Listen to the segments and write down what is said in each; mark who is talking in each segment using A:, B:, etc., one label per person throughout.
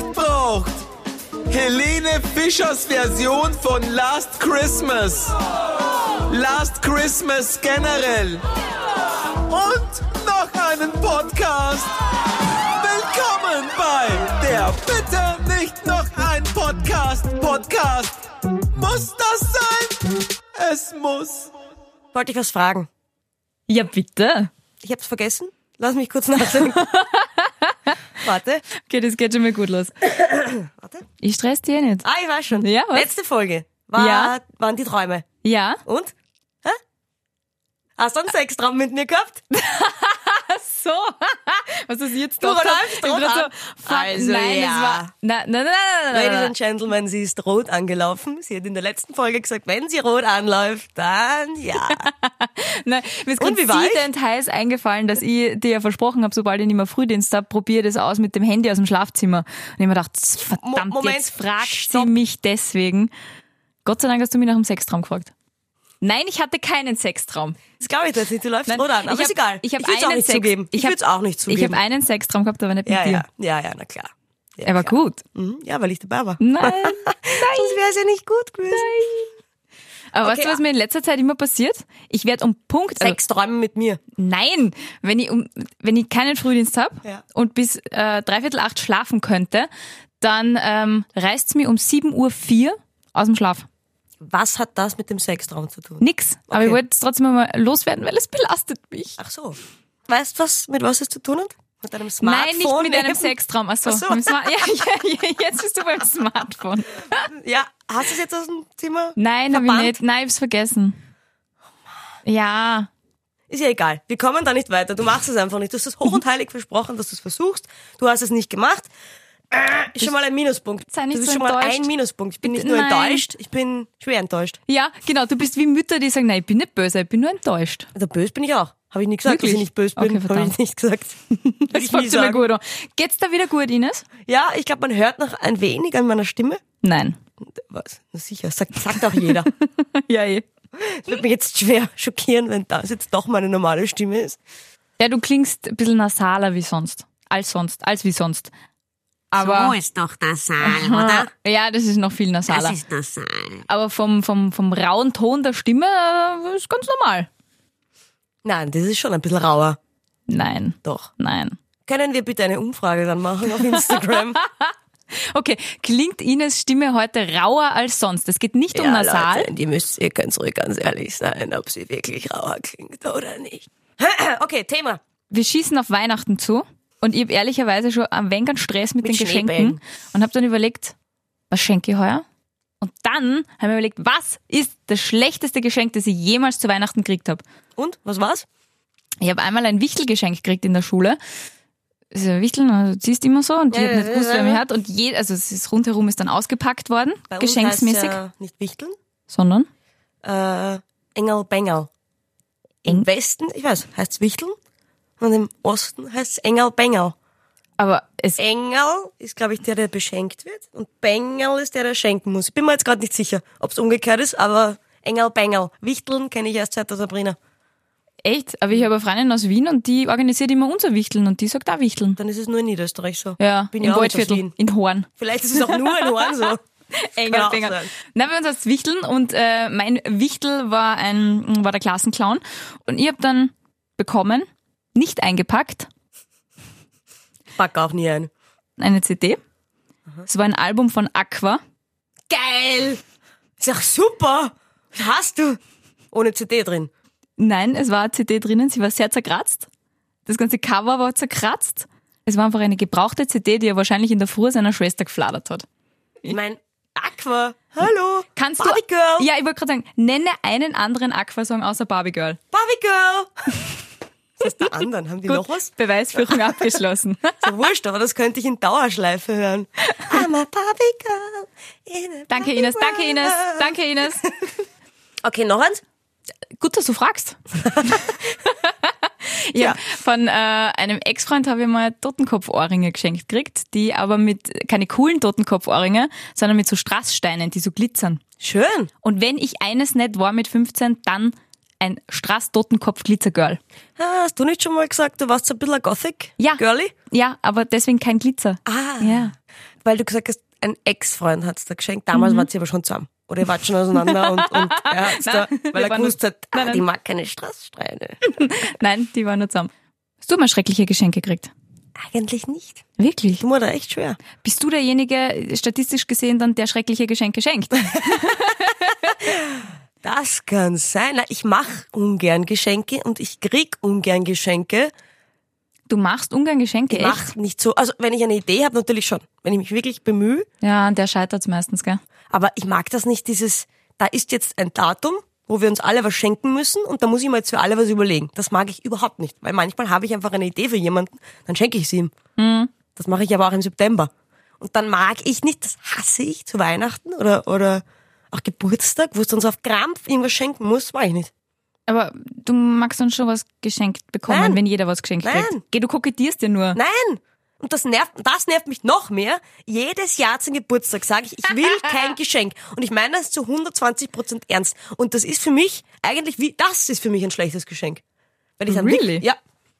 A: gebraucht. Helene Fischers Version von Last Christmas. Last Christmas generell. Und noch einen Podcast. Willkommen bei der Bitte nicht noch ein Podcast. Podcast. Muss das sein? Es muss.
B: Wollte ich was fragen?
C: Ja, bitte.
B: Ich hab's vergessen. Lass mich kurz nachdenken. Warte.
C: Okay, das geht schon mal gut los.
B: Warte.
C: Ich stress dich eh nicht.
B: Ah, ich weiß schon.
C: Ja, was?
B: Letzte Folge war,
C: Ja.
B: waren die Träume.
C: Ja.
B: Und? Hä? Hast du einen Sextraum mit mir gehabt?
C: So. Was ist jetzt
B: Du
C: doch da?
B: läufst
C: Ich
B: drauf
C: dachte so,
B: an.
C: Fuck,
B: Also,
C: nein,
B: ja.
C: es war. Nein, nein, nein, nein, nein,
B: Ladies
C: nein,
B: and Gentlemen, sie ist rot angelaufen. Sie hat in der letzten Folge gesagt, wenn sie rot anläuft, dann ja.
C: nein. nein. Mir ist
B: Und wie war ich?
C: ganz heiß eingefallen, dass ich dir ja versprochen habe, sobald ich nicht mehr Frühdienst habe, probier das aus mit dem Handy aus dem Schlafzimmer. Und ich mir gedacht, z- verdammt,
B: Moment,
C: jetzt fragt
B: stopp.
C: sie mich deswegen. Gott sei Dank hast du mich nach dem Sextraum gefragt. Nein, ich hatte keinen Sextraum.
B: Das glaube ich jetzt nicht. Du läufst
C: Nein,
B: rot an.
C: ich
B: Aber ist
C: hab-
B: egal.
C: ich hab
B: würd's auch
C: einen
B: nicht
C: Sex-
B: zugeben.
C: ich
B: Ich
C: hab-
B: würde es auch nicht
C: Ich
B: zugeben.
C: habe einen Sextraum gehabt, aber nicht mit
B: ja,
C: dir.
B: ja, ja, ja, na klar. Ja,
C: Er war
B: klar.
C: gut.
B: Mhm. Ja, weil ich dabei war.
C: Nein.
B: Sonst wäre es ja nicht gut gewesen.
C: Aber
B: Okay,
C: weißt du, was mir in letzter Zeit immer passiert? Ich werde um Punkt. Also,
B: Sexträume mit mir.
C: nein, wenn ich, um, wenn ich keinen Frühdienst habe
B: Ja.
C: und bis äh, dreiviertel acht schlafen könnte, dann ähm, reißt es mir um 7.04 Uhr aus dem Schlaf.
B: Was hat das mit dem Sextraum zu tun?
C: Nix. Aber
B: Okay.
C: ich wollte es trotzdem mal loswerden, weil es belastet mich.
B: Ach so. Weißt du, was, mit was es zu tun hat? Mit einem Smartphone?
C: Nein, nicht mit einem
B: eben?
C: Sextraum. Achso,
B: Ach so.
C: mit dem Smart- ja, ja, ja, jetzt bist du beim Smartphone.
B: Ja, hast du es jetzt aus dem Zimmer?
C: Nein, habe ich
B: verbannt?
C: nicht. Nein, ich hab's vergessen. Ja,
B: Ist ja egal. Wir kommen da nicht weiter. Du machst es einfach nicht. Du hast es hoch und heilig versprochen, dass du es versuchst. Du hast es nicht gemacht. Äh, ist schon mal ein Minuspunkt.
C: Sei nicht
B: das ist
C: so
B: schon mal
C: enttäuscht.
B: ein Minuspunkt. Ich bin
C: Bitte-
B: nicht nur
C: nein.
B: enttäuscht, ich bin schwer enttäuscht.
C: ja, genau. Du bist wie Mütter, die sagen, nein, ich bin nicht böse, ich bin nur enttäuscht.
B: Also böse bin ich auch. Habe ich nicht gesagt, dass ich
C: Wirklich?
B: nicht böse bin.
C: Okay,
B: Habe
C: verdammt.
B: ich nicht gesagt. Will
C: Das
B: ich
C: fängt
B: nie
C: sich mir
B: sagen.
C: gut an. Geht's da wieder gut, Ines?
B: Ja, ich glaube, man hört noch ein wenig an meiner Stimme.
C: Nein.
B: Was? Na sicher, sagt, sagt auch jeder.
C: ja, eh.
B: Das wird mich jetzt schwer schockieren, wenn das jetzt doch meine normale Stimme ist.
C: Ja, du klingst ein bisschen nasaler wie sonst. Als sonst, als wie sonst. Aber
D: so ist doch nasal, oder?
C: ja, das ist noch viel
D: Das
C: nasaler.
D: ist nasal.
C: Aber vom, vom, vom rauen Ton der Stimme äh, ist ganz normal.
B: Nein, das ist schon ein bisschen rauer.
C: Nein,
B: Doch.
C: nein.
B: Können wir bitte eine Umfrage dann machen auf Instagram?
C: Okay, klingt Ines Stimme heute rauer als sonst? Es geht nicht um
B: Ja,
C: nasal.
B: Leute, die müsst ihr ganz ruhig ganz ehrlich sein, ob sie wirklich rauer klingt oder nicht. Okay, Thema.
C: wir schießen auf Weihnachten zu und ich habe ehrlicherweise schon ein wenig an Stress mit,
B: Mit
C: den Geschenken
B: Schneebällen.
C: und habe dann überlegt, was schenke ich heuer? Und dann habe ich mir überlegt, was ist das schlechteste Geschenk, das ich jemals zu Weihnachten gekriegt habe?
B: Und? Was war's?
C: Ich habe einmal ein Wichtelgeschenk gekriegt in der Schule. Das ist ja Wichteln, also du ziehst immer so und ich
B: Ja,
C: habe
B: ja,
C: nicht gewusst,
B: ja,
C: wer mir
B: ja.
C: hat. Und je, also es ist rundherum ist dann ausgepackt worden,
B: Bei uns
C: geschenksmäßig,
B: heißt's ja nicht Wichteln.
C: sondern
B: Äh, Engel Bengel. Im
C: Eng-
B: Westen, ich weiß, heißt's Wichteln. Und im Osten heißt's Engel Bengel.
C: aber es
B: Engel ist, glaube ich, der, der beschenkt wird. Und Bengel ist der, der schenken muss. Ich bin mir jetzt gerade nicht sicher, ob's umgekehrt ist, aber Engel Bengel. Wichteln kenne ich erst seit der Sabrina.
C: echt, aber ich habe eine Freundin aus Wien und die organisiert immer unser Wichteln und die sagt auch Wichteln.
B: Dann ist es nur in Niederösterreich so.
C: Ja,
B: bin
C: im
B: ja auch nicht aus
C: Waldviertel,
B: Wien.
C: in Horn.
B: Vielleicht ist es auch nur in Horn so. Kann
C: Engel,
B: auch
C: Engel.
B: sein.
C: Nein, wir haben uns als Wichteln und äh, mein Wichtel war ein war der Klassenclown und ich habe dann bekommen, nicht eingepackt,
B: Pack auch nie ein.
C: eine CD. Es war ein Album von Aqua.
B: Geil! Ist doch super! Was hast du? Ohne CD drin.
C: Nein, es war eine CD drinnen, sie war sehr zerkratzt. Das ganze Cover war zerkratzt. Es war einfach eine gebrauchte CD, die er wahrscheinlich in der Früh seiner Schwester gefladert hat.
B: Ich mein, Aqua, hallo!
C: Kannst
B: Barbie
C: du
B: Girl!
C: Ja, ich wollte gerade sagen, nenne einen anderen Aqua-Song außer Barbie Girl.
B: Barbie Girl! Was ist der anderen? Haben die noch was?
C: Beweisführung abgeschlossen.
B: So wurscht, aber das könnte ich in Dauerschleife hören. I'm a Barbie Girl. in a
C: danke
B: Barbie
C: Ines, danke
B: world.
C: Ines, danke Ines.
B: Okay, noch eins?
C: Gut, dass du fragst. ja, von äh, einem Ex-Freund habe ich mal Totenkopfohrringe geschenkt gekriegt, die aber mit keine coolen Totenkopfohrringe, sondern mit so Strasssteinen, die so glitzern.
B: Schön.
C: Und wenn ich eines nicht war mit 15, dann ein Strass-Totenkopf-Glitzer-Girl.
B: Ah, Hast du nicht schon mal gesagt, du warst so ein bisschen ein Gothic?
C: Ja.
B: Girly?
C: Ja, aber deswegen kein Glitzer.
B: Ah.
C: Ja.
B: Weil du gesagt hast, ein Ex-Freund hat's da geschenkt. Damals
C: Mhm.
B: waren sie aber schon zusammen. Oder ihr wart schon auseinander und, und er hat's da,
C: Nein,
B: weil
C: wir
B: er
C: waren
B: gewusst hat,
C: Nein,
B: ah,
C: nein.
B: die mag keine Straßstreine.
C: Nein, die waren nur zusammen. Hast du mal schreckliche Geschenke gekriegt?
B: Eigentlich nicht.
C: Wirklich?
B: Du war da echt schwer.
C: Bist du derjenige, statistisch gesehen, dann der schreckliche Geschenke schenkt?
B: Das kann sein. Na, ich mache ungern Geschenke und ich krieg ungern Geschenke.
C: Du machst ungern Geschenke,
B: Ich
C: echt?
B: mach nicht so. Also wenn ich eine Idee habe, natürlich schon. Wenn ich mich wirklich bemühe,
C: Ja, und der scheitert meistens, gell?
B: aber ich mag das nicht, dieses, da ist jetzt ein Datum, wo wir uns alle was schenken müssen und da muss ich mir jetzt für alle was überlegen. Das mag ich überhaupt nicht, weil manchmal habe ich einfach eine Idee für jemanden, dann schenke ich sie ihm. Das mache ich aber auch im September. Und dann mag ich nicht, das hasse ich zu Weihnachten oder, oder auch Geburtstag, wo du uns auf Krampf irgendwas schenken musst, mag ich nicht.
C: Aber du magst dann schon was geschenkt bekommen,
B: Nein.
C: wenn jeder was geschenkt
B: Nein.
C: kriegt. Geh, du kokettierst dir nur.
B: Nein! Und das nervt, das nervt mich noch mehr. Jedes Jahr zum Geburtstag sage ich, ich will kein Geschenk. Und ich meine das zu 120 Prozent ernst. Und das ist für mich eigentlich wie, das ist für mich ein schlechtes Geschenk. Weil ich dann
C: Really?
B: wirklich- Ja.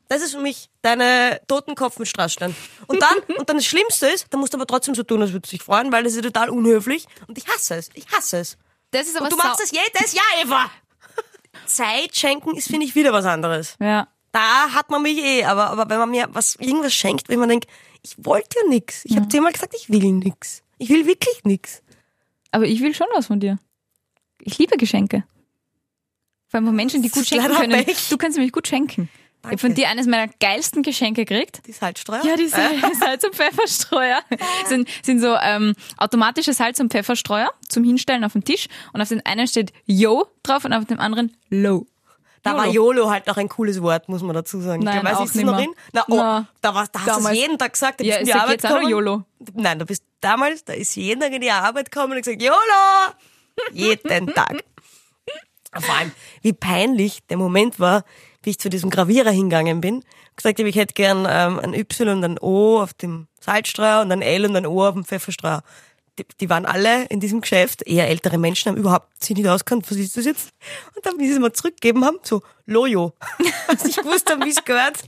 B: Das ist für mich deine Totenkopf mit Straßstein. Und dann, und dann das Schlimmste ist, dann musst du aber trotzdem so tun, als würdest du dich freuen, weil das ist total unhöflich. Und ich hasse es. Ich hasse es.
C: Das ist aber
B: Und du machst
C: sau-
B: das jedes Jahr, Eva! Zeit schenken ist, finde ich, wieder was anderes
C: Ja.
B: da hat man mich eh. Aber, aber wenn man mir was irgendwas schenkt, wenn man denkt, ich wollte ja nix. Ich hab habe zehnmal gesagt, ich will nix. Ich will wirklich nix.
C: Aber ich will schon was von dir. Ich liebe Geschenke. Vor allem von Menschen, die
B: Das
C: gut
B: ist
C: schenken
B: leider
C: können.
B: Pech.
C: Du kannst nämlich gut schenken. Ich habe
B: Danke.
C: von dir eines meiner geilsten Geschenke gekriegt.
B: Die Salzstreuer?
C: Ja, die Sa- Salz- und Pfefferstreuer sind, sind so ähm, automatische Salz- und Pfefferstreuer zum Hinstellen auf den Tisch. Und auf den einen steht Yo drauf und auf dem anderen Low.
B: da war YOLO halt noch ein cooles Wort, muss man dazu sagen.
C: Nein,
B: ich weiß,
C: auch
B: ist es noch
C: nimmer.
B: in? Na, oh,
C: Na,
B: da, war, da hast du es
C: damals-
B: jeden Tag gesagt. Da bist
C: Ja,
B: du in
C: ich
B: die
C: sag
B: Arbeit
C: jetzt auch noch
B: gekommen.
C: YOLO.
B: Nein, da bist damals, da ist jeden Tag in die Arbeit gekommen und gesagt, YOLO! Jeden Tag. Vor allem, wie peinlich der Moment war, wie ich zu diesem Gravierer hingegangen bin. Gesagt habe, ich hätte gern ähm, ein Y und ein O auf dem Salzstreuer und ein L und ein O auf dem Pfefferstreuer. Die, die waren alle in diesem Geschäft, eher ältere Menschen, haben überhaupt sich nicht auskannt, was ist das jetzt? Und dann, wie sie es mal zurückgegeben haben, so, Lojo. Also ich wusste, wie es gehört.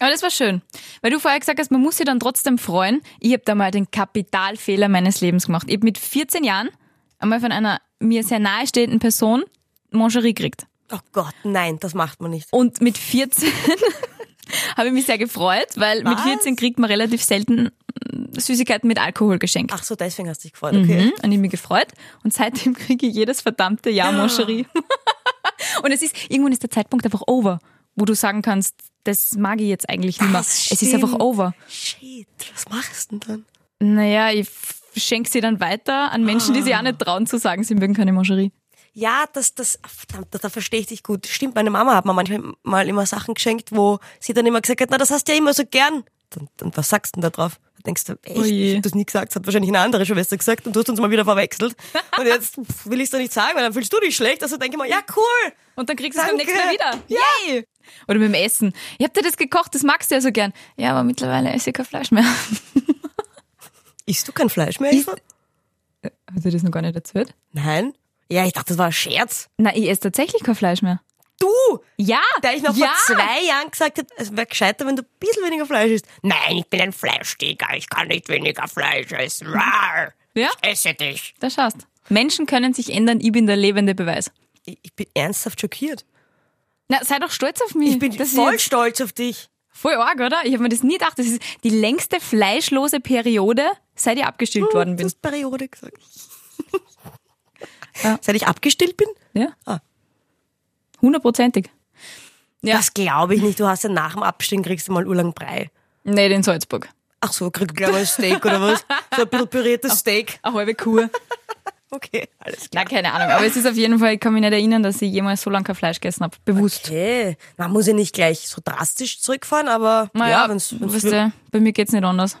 C: Aber das war schön. Weil du vorher gesagt hast, man muss sich dann trotzdem freuen. Ich habe da mal den Kapitalfehler meines Lebens gemacht. Ich habe mit 14 Jahren einmal von einer mir sehr nahestehenden Person Mangerie gekriegt.
B: Oh Gott, nein, das macht man nicht.
C: Und mit 14 habe ich mich sehr gefreut, weil mit
B: Was?
C: 14 kriegt man relativ selten äh, Süßigkeiten mit Alkohol geschenkt.
B: Ach so, deswegen hast du dich gefreut, okay.
C: Mhm, und ich hab mich gefreut. Und seitdem kriege ich jedes verdammte Jahr Mangerie. und es ist, irgendwann ist der Zeitpunkt einfach over, wo du sagen kannst, das mag ich jetzt eigentlich nicht mehr.
B: Das
C: Es ist einfach
B: stimmt.
C: over.
B: Shit, was machst du denn dann?
C: Naja, ich f- schenk sie dann weiter an Menschen, die sich auch nicht trauen zu sagen, sie mögen keine Mangerie.
B: Ja, das, das, ah, verdammt, da, da verstehe ich dich gut. Stimmt, meine Mama hat mir manchmal mal immer Sachen geschenkt, wo sie dann immer gesagt hat, na, das hast du ja immer so gern. Und, und was sagst du denn da drauf? Da denkst du, echt,
C: Oh je.
B: ich hab das nie gesagt, das hat wahrscheinlich eine andere Schwester gesagt und du hast uns mal wieder verwechselt. Und jetzt pff, will ich es dir nicht sagen, weil dann fühlst du dich schlecht. Also denke ich mal, ja, cool.
C: Und dann kriegst du es beim
B: Danke.
C: nächsten Mal wieder. Yay! Oder mit dem Essen. Ich hab dir das gekocht, das magst du ja so gern. Ja, aber mittlerweile esse ich kein Fleisch mehr.
B: Isst du kein Fleisch mehr, Eva?
C: Hast du das noch gar nicht erzählt?
B: Nein. Ja, ich dachte, das war ein Scherz.
C: Na, ich esse tatsächlich kein Fleisch mehr.
B: Du,
C: Ja!
B: der ich noch
C: ja.
B: vor zwei Jahren gesagt habe, es wäre gescheiter, wenn du ein bisschen weniger Fleisch isst. Nein, ich bin ein Fleischtiger, ich kann nicht weniger Fleisch essen. Rar.
C: Ja?
A: Ich esse dich.
C: Da schaust. Menschen können sich ändern, ich bin der lebende Beweis.
B: Ich, ich bin ernsthaft schockiert.
C: Na, sei doch stolz auf mich.
B: Ich bin
C: das
B: voll
C: Ist
B: stolz auf dich.
C: voll arg, oder? Ich habe mir das nie gedacht. Das ist die längste fleischlose Periode, seit ich abgestillt worden
B: Du
C: bin.
B: hast Periode gesagt.
C: Ja.
B: Seit ich abgestillt bin?
C: Ja?
B: Ah.
C: Hundertprozentig. Ja.
B: Das glaube ich nicht. Du hast ja nach dem Abstillen kriegst du mal urlang Brei.
C: Nee, den Salzburg.
B: Ach so, kriegst du gleich mal ein Steak oder was? So ein bisschen püriertes Steak.
C: Eine halbe Kur.
B: Okay, alles klar.
C: Na, keine Ahnung. Aber es ist auf jeden Fall, ich kann mich nicht erinnern, dass ich jemals so lange kein Fleisch gegessen habe. Bewusst.
B: Okay, man muss ja nicht gleich so drastisch zurückfahren, aber ja, wenn's, wenn's
C: weißt du, bei mir geht's nicht anders.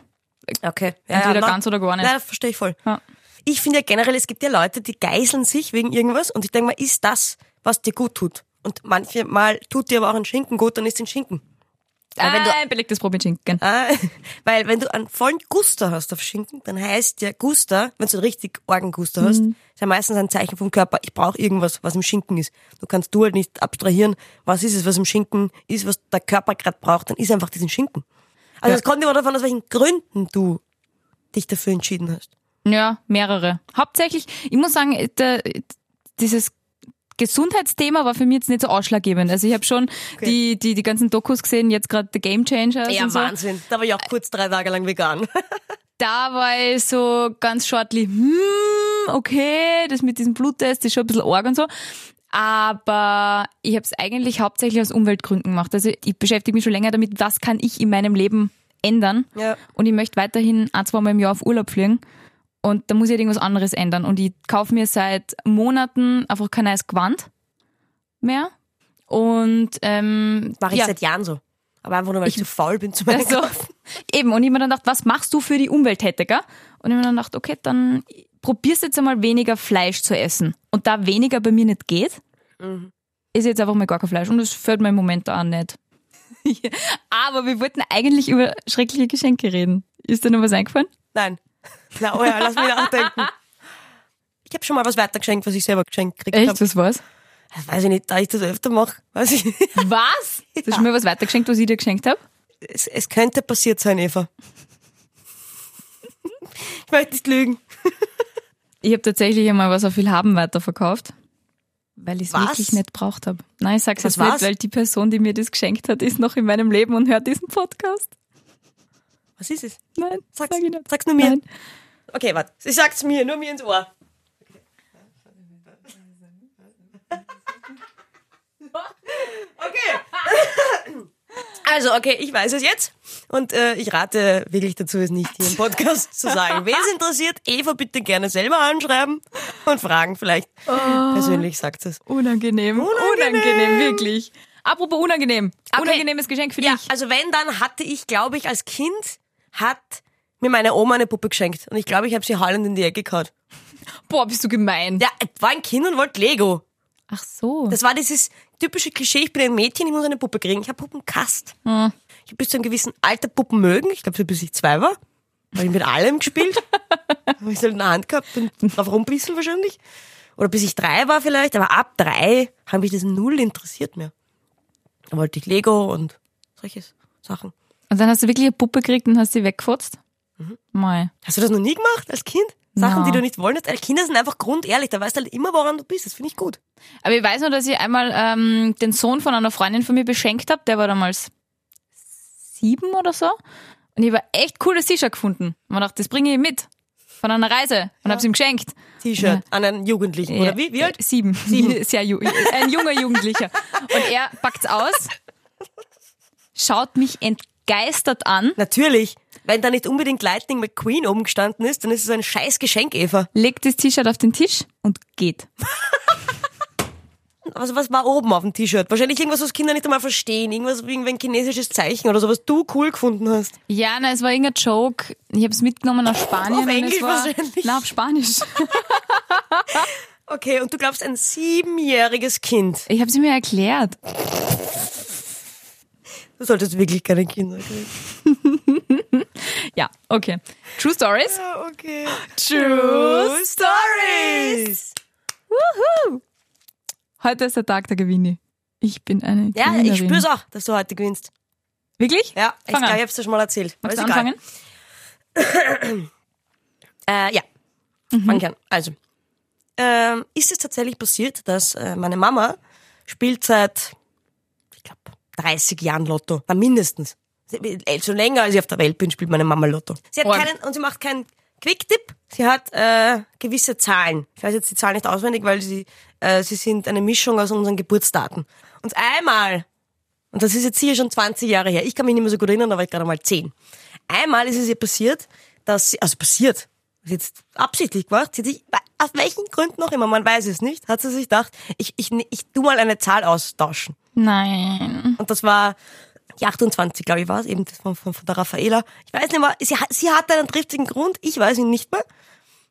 B: Okay.
C: Entweder
B: na-
C: ganz oder gar nicht.
B: Nein, das verstehe ich voll.
C: Ja.
B: Ich finde ja generell, es gibt ja Leute, die geißeln sich wegen irgendwas und ich denke mal, ist das, was dir gut tut? Und manchmal tut dir aber auch ein Schinken gut, dann ist ein Schinken.
C: Ah,
B: Aber wenn du-
C: ein belegtes Probeschinken.
B: Ah, weil wenn du einen vollen Guster hast auf Schinken, dann heißt ja Guster, wenn du einen richtig argen Guster hast,
C: Mhm.
B: ist ja meistens ein Zeichen vom Körper, ich brauche irgendwas, was im Schinken ist. Du kannst du halt nicht abstrahieren, was ist es, was im Schinken ist, was der Körper gerade braucht, dann ist einfach diesen Schinken. Also es kommt immer davon, aus welchen Gründen du dich dafür entschieden hast.
C: Ja, mehrere. Hauptsächlich, ich muss sagen, der, dieses Gesundheitsthema war für mich jetzt nicht so ausschlaggebend. Also ich habe schon die, die, die ganzen Dokus gesehen, jetzt gerade The Game Changers
B: Ja,
C: und so.
B: Wahnsinn. Da war ich auch kurz drei Tage lang vegan.
C: Da war ich so ganz shortly, hm, okay, das mit diesem Bluttest ist schon ein bisschen arg und so. Aber ich habe es eigentlich hauptsächlich aus Umweltgründen gemacht. Also ich beschäftige mich schon länger damit, was kann ich in meinem Leben ändern.
B: Ja.
C: Und ich möchte weiterhin ein, zwei Mal im Jahr auf Urlaub fliegen. Und da muss ich halt irgendwas anderes ändern. Und ich kaufe mir seit Monaten einfach kein neues Gewand mehr. Und ähm,
B: Mache ich
C: ja.
B: seit Jahren so. Aber einfach nur, weil ich, zu faul bin zu meinem
C: Also, eben, und ich mir dann dachte, was machst du für die Umwelt, Hettecker? Und ich mir dann dachte, okay, dann probierst jetzt einmal weniger Fleisch zu essen. Und da weniger bei mir nicht geht, ist jetzt einfach mal gar kein Fleisch. Und das fällt mir im Moment auch nicht. Aber wir wollten eigentlich über schreckliche Geschenke reden. Ist dir noch was eingefallen?
B: Nein. Na, oh ja, lass mich nachdenken. Ich habe schon mal was weitergeschenkt, was ich selber geschenkt gekriegt habe.
C: Was war's?
B: Das weiß ich nicht, da ich das öfter mache, weiß ich nicht.
C: Was? Hast du schon mal was weitergeschenkt, was ich dir geschenkt habe?
B: es, es könnte passiert sein, Eva. Ich möchte nicht lügen.
C: Ich habe tatsächlich einmal was auf Willhaben weiterverkauft, weil ich es
B: Was?
C: wirklich nicht braucht habe. Nein, ich sag's
B: Was
C: jetzt nicht,
B: war's?
C: weil die Person, die mir das geschenkt hat, ist noch in meinem Leben und hört diesen Podcast.
B: Was ist es?
C: Nein,
B: Sag's,
C: sag ich nicht.
B: sag's nur mir.
C: Nein.
B: Okay, warte. Sie sagt's mir, nur mir ins Ohr. Okay. Also, okay, ich weiß es jetzt. Und äh, ich rate wirklich dazu, es nicht hier im Podcast zu sagen. Wen es interessiert, Eva bitte gerne selber anschreiben und fragen vielleicht. Persönlich sagt es.
C: Unangenehm.
B: Unangenehm.
C: Unangenehm, wirklich. Apropos unangenehm. Unangenehmes Geschenk für
B: Ja,
C: dich.
B: also wenn, dann hatte ich, glaube ich, als Kind hat mir meine Oma eine Puppe geschenkt. Und ich glaube, ich habe sie heulend in die Ecke gehauen.
C: Boah, bist du gemein.
B: Ja, war ein Kind und wollte Lego.
C: Ach so.
B: Das war dieses typische Klischee, ich bin ein Mädchen, ich muss eine Puppe kriegen. Ich habe Puppenkast. Ich habe bis zu einem gewissen Alter Puppen mögen. Ich glaube, so bis ich zwei war. Habe ich mit allem gespielt. habe ich so in der Hand gehabt und drauf rumbissen wahrscheinlich. Oder bis ich drei war vielleicht. Aber ab drei habe mich das null interessiert mehr. Da wollte ich Lego und solche Sachen.
C: Und dann hast du wirklich eine Puppe gekriegt und hast sie weggefotzt?
B: Mhm.
C: Mal.
B: Hast du das noch nie gemacht als Kind? Sachen,
C: Na.
B: die du nicht wollen hast. Kinder sind einfach grundehrlich. Da weißt du halt immer, woran du bist. Das finde ich gut.
C: Aber ich weiß nur, dass ich einmal ähm, den Sohn von einer Freundin von mir beschenkt habe. Der war damals sieben oder so. Und ich habe ein echt cooles T-Shirt gefunden. Und mir dachte, das bringe ich mit. Von einer Reise. Und habe es ihm geschenkt.
B: T-Shirt an einen Jugendlichen. Oder wie, wie alt?
C: Äh, Sieben. Sieben. Sehr ju ein junger Jugendlicher. Und er packt's aus, schaut mich entgeistert an,
B: Natürlich. Wenn da nicht unbedingt Lightning McQueen oben gestanden ist, dann ist es ein scheiß Geschenk, Eva.
C: legt das T-Shirt auf den Tisch und geht.
B: Also was war oben auf dem T-Shirt? Wahrscheinlich irgendwas, was Kinder nicht einmal verstehen. Irgendwas, irgendein chinesisches Zeichen oder so, was du cool gefunden hast.
C: Ja, na, es war irgendein Joke. Ich habe es mitgenommen nach Spanien.
B: Auf
C: und
B: Englisch
C: es war,
B: wahrscheinlich.
C: Na, auf Spanisch.
B: Okay, und du glaubst, ein siebenjähriges Kind.
C: Ich habe sie mir erklärt.
B: Du solltest wirklich keine Kinder kriegen.
C: Ja, okay. True Stories.
B: Ja, Ah, okay.
C: True
B: Stories!
C: Heute ist der Tag der Gewinne. Ich bin eine
B: Ja,
C: Gewinnerin.
B: ich spür's auch, dass du heute gewinnst.
C: Wirklich?
B: Ja, ich
C: Fang
B: glaube,
C: an.
B: ich hab's dir schon mal erzählt.
C: Magst du
B: Aber ist egal.
C: anfangen?
B: Äh, ja, fangen kann. Also, ähm, ist es tatsächlich passiert, dass äh, meine Mama spielt seit, ich glaube, 30 Jahren Lotto, na, mindestens. Sie- äh, Schon länger, als ich auf der Welt bin, spielt meine Mama Lotto. Sie hat
C: Org.
B: keinen, und sie macht keinen Quick-Tipp, sie hat äh, gewisse Zahlen. Ich weiß jetzt die Zahlen nicht auswendig, weil sie, äh, sie sind eine Mischung aus unseren Geburtsdaten. Und einmal und das ist jetzt sicher schon 20 Jahre her. Ich kann mich nicht mehr so gut erinnern, da war ich gerade mal 10. Einmal ist es ihr passiert, dass sie, also passiert, ist jetzt absichtlich gemacht, sie hat sich, aus welchen Gründen auch immer, man weiß es nicht, hat sie sich gedacht, ich, ich, ich tu mal eine Zahl austauschen.
C: Nein.
B: Und das war die 28, glaube ich, war es, eben das von, von, von der Raffaela. Ich weiß nicht mehr, sie, hat- sie hatte einen triftigen Grund, ich weiß ihn nicht mehr.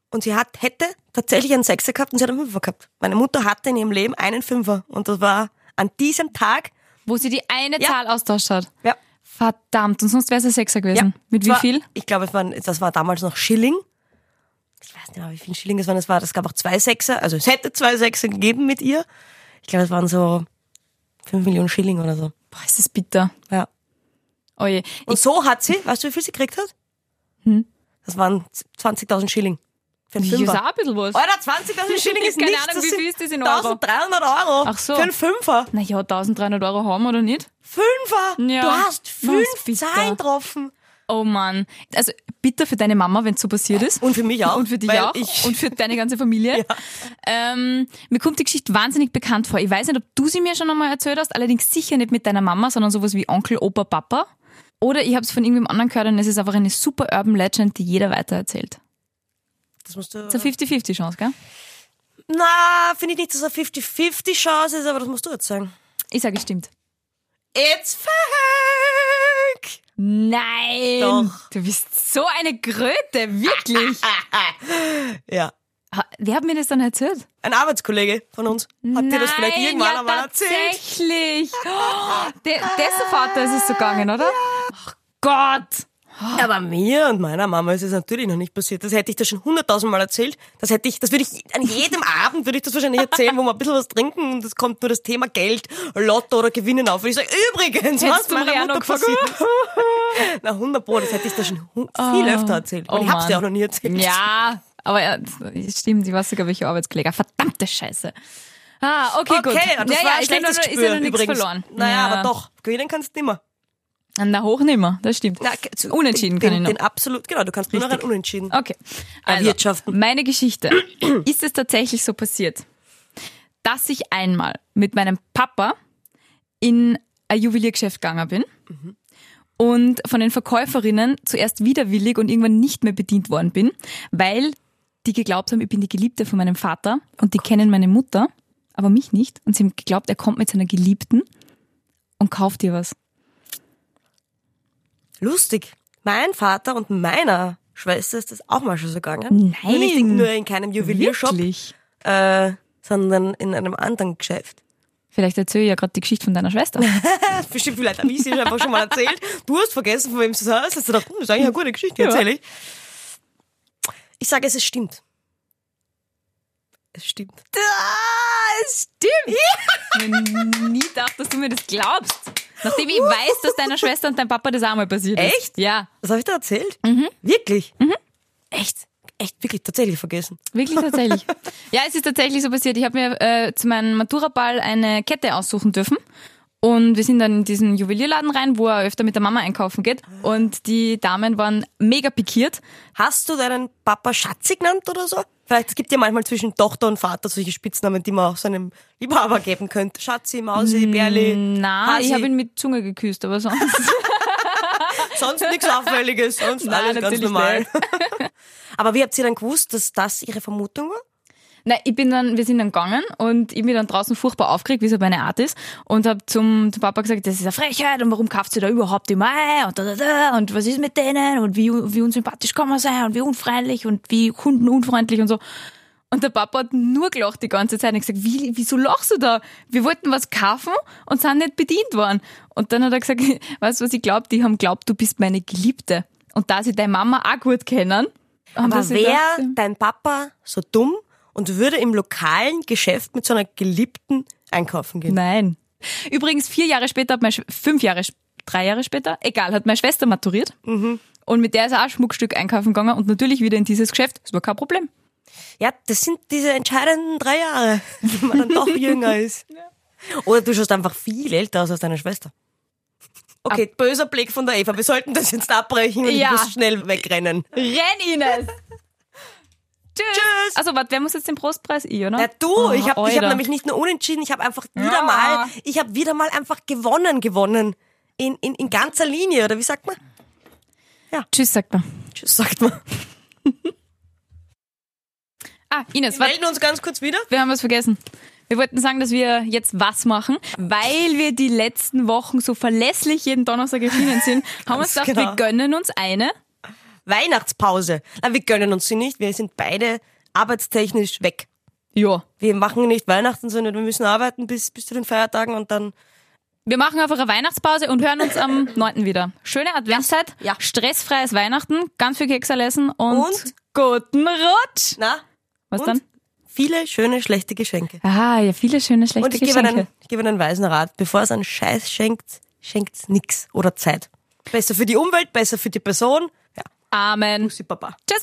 B: Und sie hat, hätte tatsächlich einen Sechser gehabt und sie hat einen Fünfer gehabt. Meine Mutter hatte in ihrem Leben einen Fünfer. Und das war an diesem Tag,
C: Wo sie die eine
B: Ja.
C: Zahl austauscht hat.
B: ja,
C: Verdammt, und sonst wäre es ein Sechser gewesen. Mit
B: Es
C: wie
B: war,
C: viel?
B: Ich glaube, es waren, das war damals noch Schilling. Ich weiß nicht mehr, wie viel Schilling es waren. Es war, es gab auch zwei Sechser. Also es hätte zwei Sechser gegeben mit ihr. Ich glaube, es waren so fünf Millionen Schilling oder so.
C: Boah, ist das bitter.
B: Ja.
C: Oje. Hm.
B: Und so hat sie, weißt du, wie viel sie gekriegt hat? Das waren 20.000 Schilling. Für einen
C: Das ist
B: Fünfer.
C: auch ein bisschen was.
B: Alter, 20.000 Schilling ist
C: Keine
B: nichts.
C: Ahnung,
B: das
C: wie
B: sind
C: viel ist das in Euro?
B: 1300 Euro.
C: Ach so.
B: Für einen Fünfer.
C: Naja, 1300 Euro haben oder nicht?
B: Fünfer.
C: Ja.
B: Du hast fünf
C: Was bitter.
B: Zahlen getroffen.
C: Oh Mann. Also bitte für deine Mama, wenn es so passiert ist.
B: Und für mich auch.
C: Und für dich
B: weil
C: auch.
B: Ich,
C: Und für deine ganze Familie. ähm, mir kommt die Geschichte wahnsinnig bekannt vor. Ich weiß nicht, ob du sie mir schon einmal erzählt hast, allerdings sicher nicht mit deiner Mama, sondern sowas wie Onkel, Opa, Papa. Oder ich habe es von irgendwem anderen gehört und es ist einfach eine super Urban Legend, die jeder weitererzählt.
B: das musst du,
C: Das ist eine 50-50-Chance, gell?
B: na, finde ich nicht, dass es eine 50-50 Chance ist, aber das musst du jetzt sagen.
C: Ich sage, es stimmt.
B: It's fake.
C: Nein!
B: Doch.
C: Du bist so eine Kröte, wirklich.
B: Ja.
C: Ha, Wer hat mir das dann erzählt?
B: Ein Arbeitskollege von uns. Hat dir das vielleicht
C: Nein,
B: irgendwann
C: ja,
B: einmal erzählt?
C: Tatsächlich. Oh, de dessen Vater ist es so gegangen, oder? Ach Gott.
B: Ja, aber mir und meiner Mama ist es natürlich noch nicht passiert. Das hätte ich dir schon hunderttausendmal erzählt. Das hätte ich, das würde ich, an jedem Abend würde ich das wahrscheinlich erzählen, wo wir ein bisschen was trinken und es kommt nur das Thema Geld, Lotto oder Gewinnen auf. Und ich sage, übrigens, was
C: Hättest du mir
B: meiner Mutter
C: auch noch gesagt.
B: passiert ist. Na, 100 Pro, das hätte ich dir schon hu- viel öfter erzählt. Und
C: Oh
B: ich hab's dir
C: Mann.
B: auch noch nie erzählt.
C: Ja, aber ja, das stimmt, ich weiß sogar, welche Arbeitskollege. Verdammte Scheiße. Ah, okay,
B: Okay,
C: gut.
B: das
C: ja,
B: war
C: ja,
B: ein
C: ist ja noch-
B: schlechtes
C: ist ja
B: Gespür
C: noch nichts
B: übrigens.
C: verloren.
B: Naja,
C: Ja.
B: aber doch, gewinnen kannst du nimmer.
C: Na, hoch nimmer, das stimmt.
B: Na, ge- zu-
C: Unentschieden
B: den,
C: kann ich noch.
B: Den absolut, genau, du kannst nur noch ein Unentschieden.
C: Okay. Also,
B: Erwirtschaften.
C: meine Geschichte. Ist es tatsächlich so passiert, dass ich einmal mit meinem Papa in ein Juweliergeschäft gegangen bin und von den Verkäuferinnen zuerst widerwillig und irgendwann nicht mehr bedient worden bin, weil die geglaubt haben, ich bin die Geliebte von meinem Vater und die kennen meine Mutter, aber mich nicht. Und sie haben geglaubt, er kommt mit seiner Geliebten und kauft ihr was.
B: Lustig. Mein Vater und meiner Schwester ist das auch mal schon so gegangen.
C: Nein.
B: Nur nicht in- nur in keinem Juweliershop,
C: Wirklich?
B: äh, sondern in einem anderen Geschäft.
C: Vielleicht erzähle ich ja gerade die Geschichte von deiner Schwester.
B: Das Bestimmt, vielleicht habe ich sie einfach schon mal erzählt. Du hast vergessen, von wem du es hast. Hast du gedacht, hm, das ist eigentlich eine gute Geschichte, die
C: Ja.
B: erzähle ich. Ich sage, es ist stimmt. Es stimmt.
C: Das stimmt. Ich hab nie gedacht, dass du mir das glaubst. Nachdem ich weiß, dass deiner Schwester und deinem Papa das auch mal passiert ist.
B: Echt?
C: Ja.
B: Das habe ich da erzählt?
C: Mhm.
B: Wirklich? Echt? Echt, wirklich, tatsächlich vergessen.
C: Wirklich tatsächlich. ja, es ist tatsächlich so passiert. Ich habe mir äh, zu meinem Maturaball eine Kette aussuchen dürfen. Und wir sind dann in diesen Juwelierladen rein, wo er öfter mit der Mama einkaufen geht. Und die Damen waren mega pikiert.
B: Hast du deinen Papa Schatzi genannt oder so? Vielleicht es gibt ja manchmal zwischen Tochter und Vater solche Spitznamen, die man auch seinem Liebhaber geben könnte. Schatzi, Mausi, Berli.
C: Mm, Na,
B: Hasi.
C: ich habe ihn mit Zunge geküsst, aber sonst.
B: Sonst nichts Auffälliges, sonst
C: Nein,
B: alles ganz
C: natürlich
B: normal.
C: nicht.
B: Aber wie habt ihr dann gewusst, dass das ihre Vermutung war?
C: Na, ich bin dann, wir sind dann gegangen und ich bin dann draußen furchtbar aufgeregt, wie es halt meine Art ist, und habe zum, zum Papa gesagt, das ist eine Frechheit und warum kauft ihr da überhaupt immer ein? und da, da, da, und was ist mit denen und wie, wie unsympathisch kann man sein und wie unfreundlich und wie kundenunfreundlich und so. Und der Papa hat nur gelacht die ganze Zeit und gesagt, wie, wieso lachst du da? Wir wollten was kaufen und sind nicht bedient worden. Und dann hat er gesagt, weißt du, was ich glaube? Die haben glaubt, du bist meine Geliebte. Und da sie deine Mama auch gut kennen, haben
B: Aber
C: sie sich
B: wäre
C: gedacht,
B: dein Papa so dumm und würde im lokalen Geschäft mit so einer Geliebten einkaufen gehen?
C: Nein. Übrigens, vier Jahre später, hat meine Sch fünf Jahre, sp- drei Jahre später, egal, hat meine Schwester maturiert.
B: Mhm.
C: Und mit der ist er auch Schmuckstück einkaufen gegangen und natürlich wieder in dieses Geschäft. Das war kein Problem.
B: Ja, das sind diese entscheidenden drei Jahre, wenn man dann doch jünger ist. Oder du schaust einfach viel älter aus als deine Schwester. Okay, böser Blick von der Eva. Wir sollten das jetzt abbrechen und
C: Ja.
B: ich muss schnell wegrennen.
C: Renn, Ines! Tschüss!
B: Tschüss.
C: Also, warte, wer muss jetzt den Prostpreis? Ich, oder?
B: Na du,
C: Oh,
B: ich habe ich hab
C: Alter.
B: nämlich nicht nur unentschieden, ich habe einfach wieder
C: Ja.
B: mal, ich habe wieder mal einfach gewonnen, gewonnen. In, in, in ganzer Linie, oder wie sagt man?
C: Tschüss, sagt man.
B: Tschüss, sagt man.
C: Ah, Ines,
B: Wir
C: warte,
B: melden uns ganz kurz wieder.
C: wir haben was vergessen. Wir wollten sagen, dass wir jetzt was machen, weil wir die letzten Wochen so verlässlich jeden Donnerstag erschienen sind. Haben wir uns gedacht,
B: genau.
C: wir gönnen uns eine.
B: Weihnachtspause. Na, wir gönnen uns sie nicht, wir sind beide arbeitstechnisch weg.
C: Ja.
B: wir machen nicht Weihnachten, sondern wir müssen arbeiten bis, bis zu den Feiertagen und dann.
C: Wir machen einfach eine Weihnachtspause und hören uns am 9. wieder. Schöne Adventszeit,
B: Ja.
C: stressfreies Weihnachten, ganz viel Kekse essen und,
B: Und?
C: guten Rutsch.
B: Na,
C: Was
B: und?
C: dann?
B: viele schöne, schlechte Geschenke.
C: Ah, ja, viele schöne, schlechte
B: und ich gebe, einen, ich gebe einen weisen Rat. Bevor es einen Scheiß schenkt, schenkt nix oder Zeit. Besser für die Umwelt, besser für die Person. Ja.
C: Amen.
B: Bussi Papa.
C: Tschüss.